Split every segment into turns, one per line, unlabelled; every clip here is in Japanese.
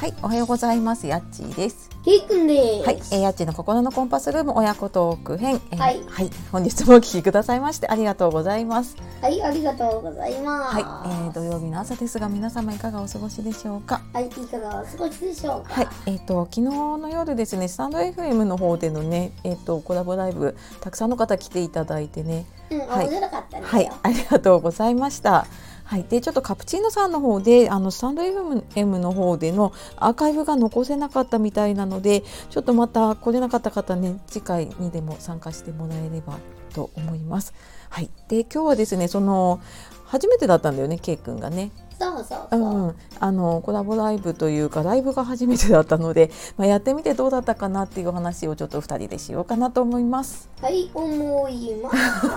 はい、おはようございます。やっちーです。
ケイくんです。
はい、えー、やっちーの心のコンパスルーム親子トーク編、えー
はい
本日もお聞きくださいましてありがとうございます。
はい、ありがとうございます。
はい、えー、土曜日の朝ですが、皆様いかがお過ごしでしょうか。
はい、いかがお過ごしでしょうか。
はい、えっ、と昨日の夜ですね、スタンド FM の方でのね、えっ、とコラボライブたくさんの方来ていただいてね、
うん、
はい
面白かったです
はい
よ。、
ありがとうございました。はい、でちょっとカプチーノさんの方であのスタンド FM の方でのアーカイブが残せなかったみたいなのでちょっとまた来れなかった方ね次回にでも参加してもらえればと思います。はい、で今日はですねその初めてだったんだよね K 君がね。
そうそう
う
そう。
んうん、あのコラボライブというかライブが初めてだったので、まあ、やってみてどうだったかなっていうお話をちょっと2人でしようかなと思います。
はい、思いま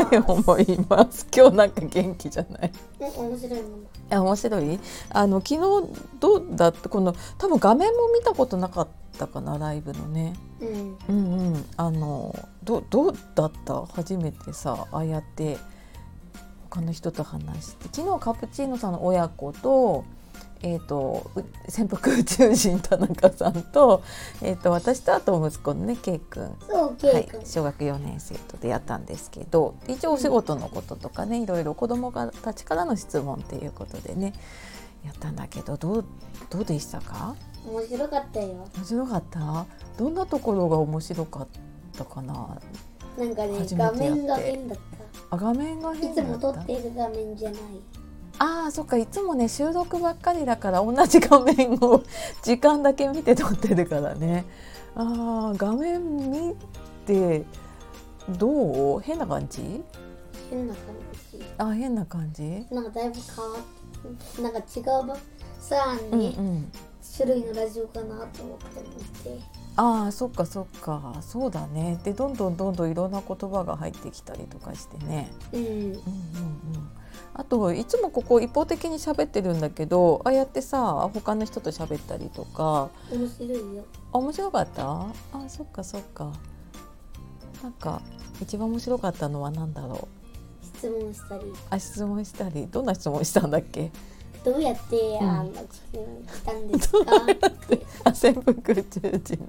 す。
思います。今日なんか元気じゃない
うん、面白いもの。
あ面白いあの昨日どうだったこの多分画面も見たことなかったかなライブのね
うん、
うんうんあのどどうだった初めてさああやって他の人と話して昨日カプチーノさんの親子と,、えー、とう潜伏宇宙人田中さんと,、えー、と私とあと息子のねケイ君
そう、ケ
は
イ
い
くん。、
小学4年生と出会ったんですけど一応お仕事のこととかねいろいろ子どもたちからの質問っていうことでねやったんだけどどうどうでしたか
面白かったよ。
面白かったどんなところが面白かったかな
なんかね、
初めてやっ
画
て
面が変だっ
あ画面が
た。い
変
つ
だ
も
っ
撮
た
っている画面じゃない。
ああそっかいつもね収録ばっかりだから同じ画面を 時間だけ見て撮ってるからねああ画面見てどう変な感じ
変な感じ。
あ変な感じ
なんかだいぶ変わっなんか違うば、さら
うんう
に
ん
種類のラジオかなと思って思って。
ああそっかそっかそうだねでどんどんどんどんいろんな言葉が入ってきたりとかしてね、
うん。
うんうんうん、あといつもここ一方的に喋ってるんだけどああやってさ他の人と喋ったりとか
面白いよ。
あ面白かったあそっかそっかなんか一番面白かったのは何だろう
質問したり。
あ質問したりどんな質問したんだっけ
どうやって、
ん
あの地球に来たんです かだか
あ潜伏宇宙人の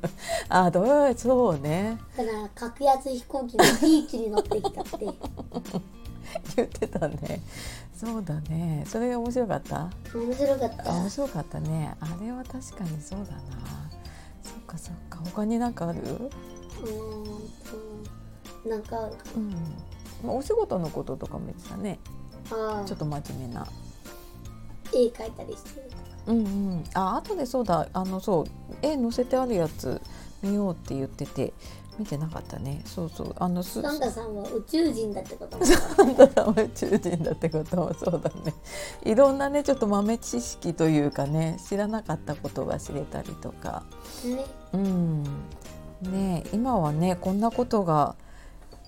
あどうそうね
ら格安飛行機のビーチに乗ってきたって
言ってたねそうだねそれ面白かった
面白かっ
あ面
た
白かったねあれは確かにそうだなそっかそっか他になんかある
うーんとなんか
うんまあお仕事のこととかも言ってたね
あ
ちょっ
ー
と真面目な
絵描いたりしてる
うんうんああとでそうだあのそう絵載せてあるやつ見ようって言ってて見てなかったねそうそうあのす
サンタさんは宇宙人だってことも
サンタさんは宇宙人だってこともそうだねいろんなねちょっと豆知識というかね知らなかったことが知れたりとか
ね
うん、ねえ今はねこんなことが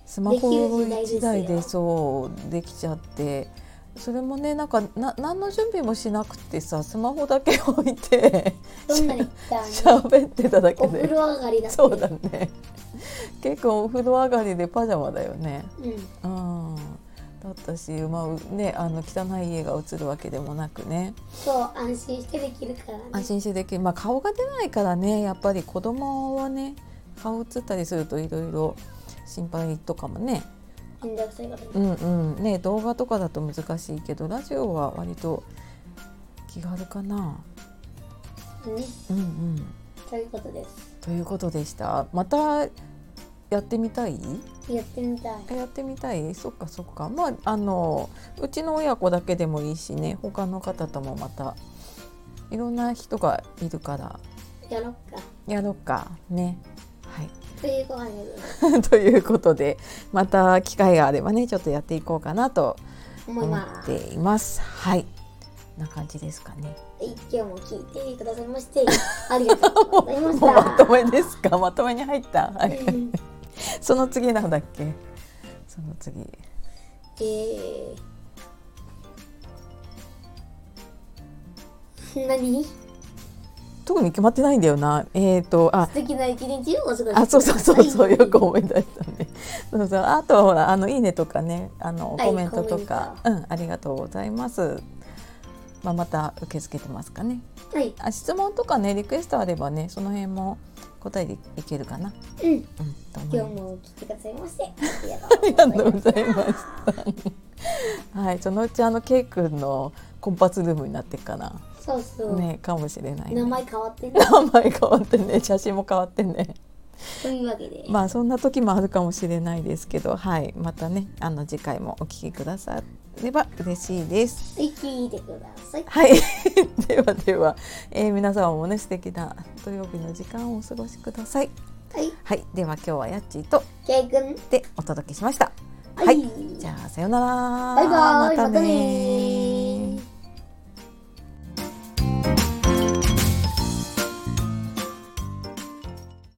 スマホ
できる
時
時代
代
ですよ
でそうできちゃってそれもねなんかな何の準備もしなくてさスマホだけ置いて
どんなに来たの
喋ってただけ
お風
で
呂上がりだって
そうだね結構お風呂上がりでパジャマだよね。
うん
うんだったし、まあうね、あの汚い家が映るわけでもなくね
そう安心してできるからね
安心してできる、まあ、顔が出ないからねやっぱり子供はね顔映ったりするといろいろ心配とかもね,、
めんどくさいこ
う
とに
んうん、ね動画とかだと難しいけどラジオは割と気軽かな。
ね
うんうん、
ということです
ということでしたまたやってみたい
やってみたい
やってみたいそっかそっかまああのうちの親子だけでもいいしね他の方ともまたいろんな人がいるから
やろっか
やろうかね。はい
ということ で
ということでまた機会があればねちょっとやっていこうかなと
思い
思
ま
っ
す
ています。はいこんな感じですかね。
はい今日も聞いてくださいましてありがとうございま し
もうま
た。
とめですか。まとめに入った。はい。
うん
その次なんだっけ。その次。
えー何素
特に決まってないんだよな。えっ、とあ。
敵な一日をお過ごしください
あそうそうそうそうよく思い出したね。そうそうあとはほらあのいいねとかねあの
はい
コメントとか、うんありがとうございます。まあ、また受け付けてますかね
はい。
あ質問とかねリクエストあればねその辺も答えていけるかな、
うん。
うん、と思い
今
ます
日もお聞きくださいまして、あ
あ
り
り
が
が
と
と
う
う
ご
ご
ざ
ざ
い
い
ます。
ました。はい、そのうちあのケイ君のコンパツルームになってっかな、
そうそう。
ね、かもしれない、ね。
名前変わってる。
名前変わってね、写真も変わってね。
というわけで、
まあ、そんな時もあるかもしれないですけど、はい、またね、あの次回もお聞きくだされば嬉しいです。
ぜひ聞いてください。
はい、 ではでは、えー皆様もね、素敵な土曜日の時間をお過ごしください。
はい。
はい、では今日はやっちーと
ケイ君。
でお届けしました。
はい
はい、じゃあさようなら。
バイバイ。またね
またね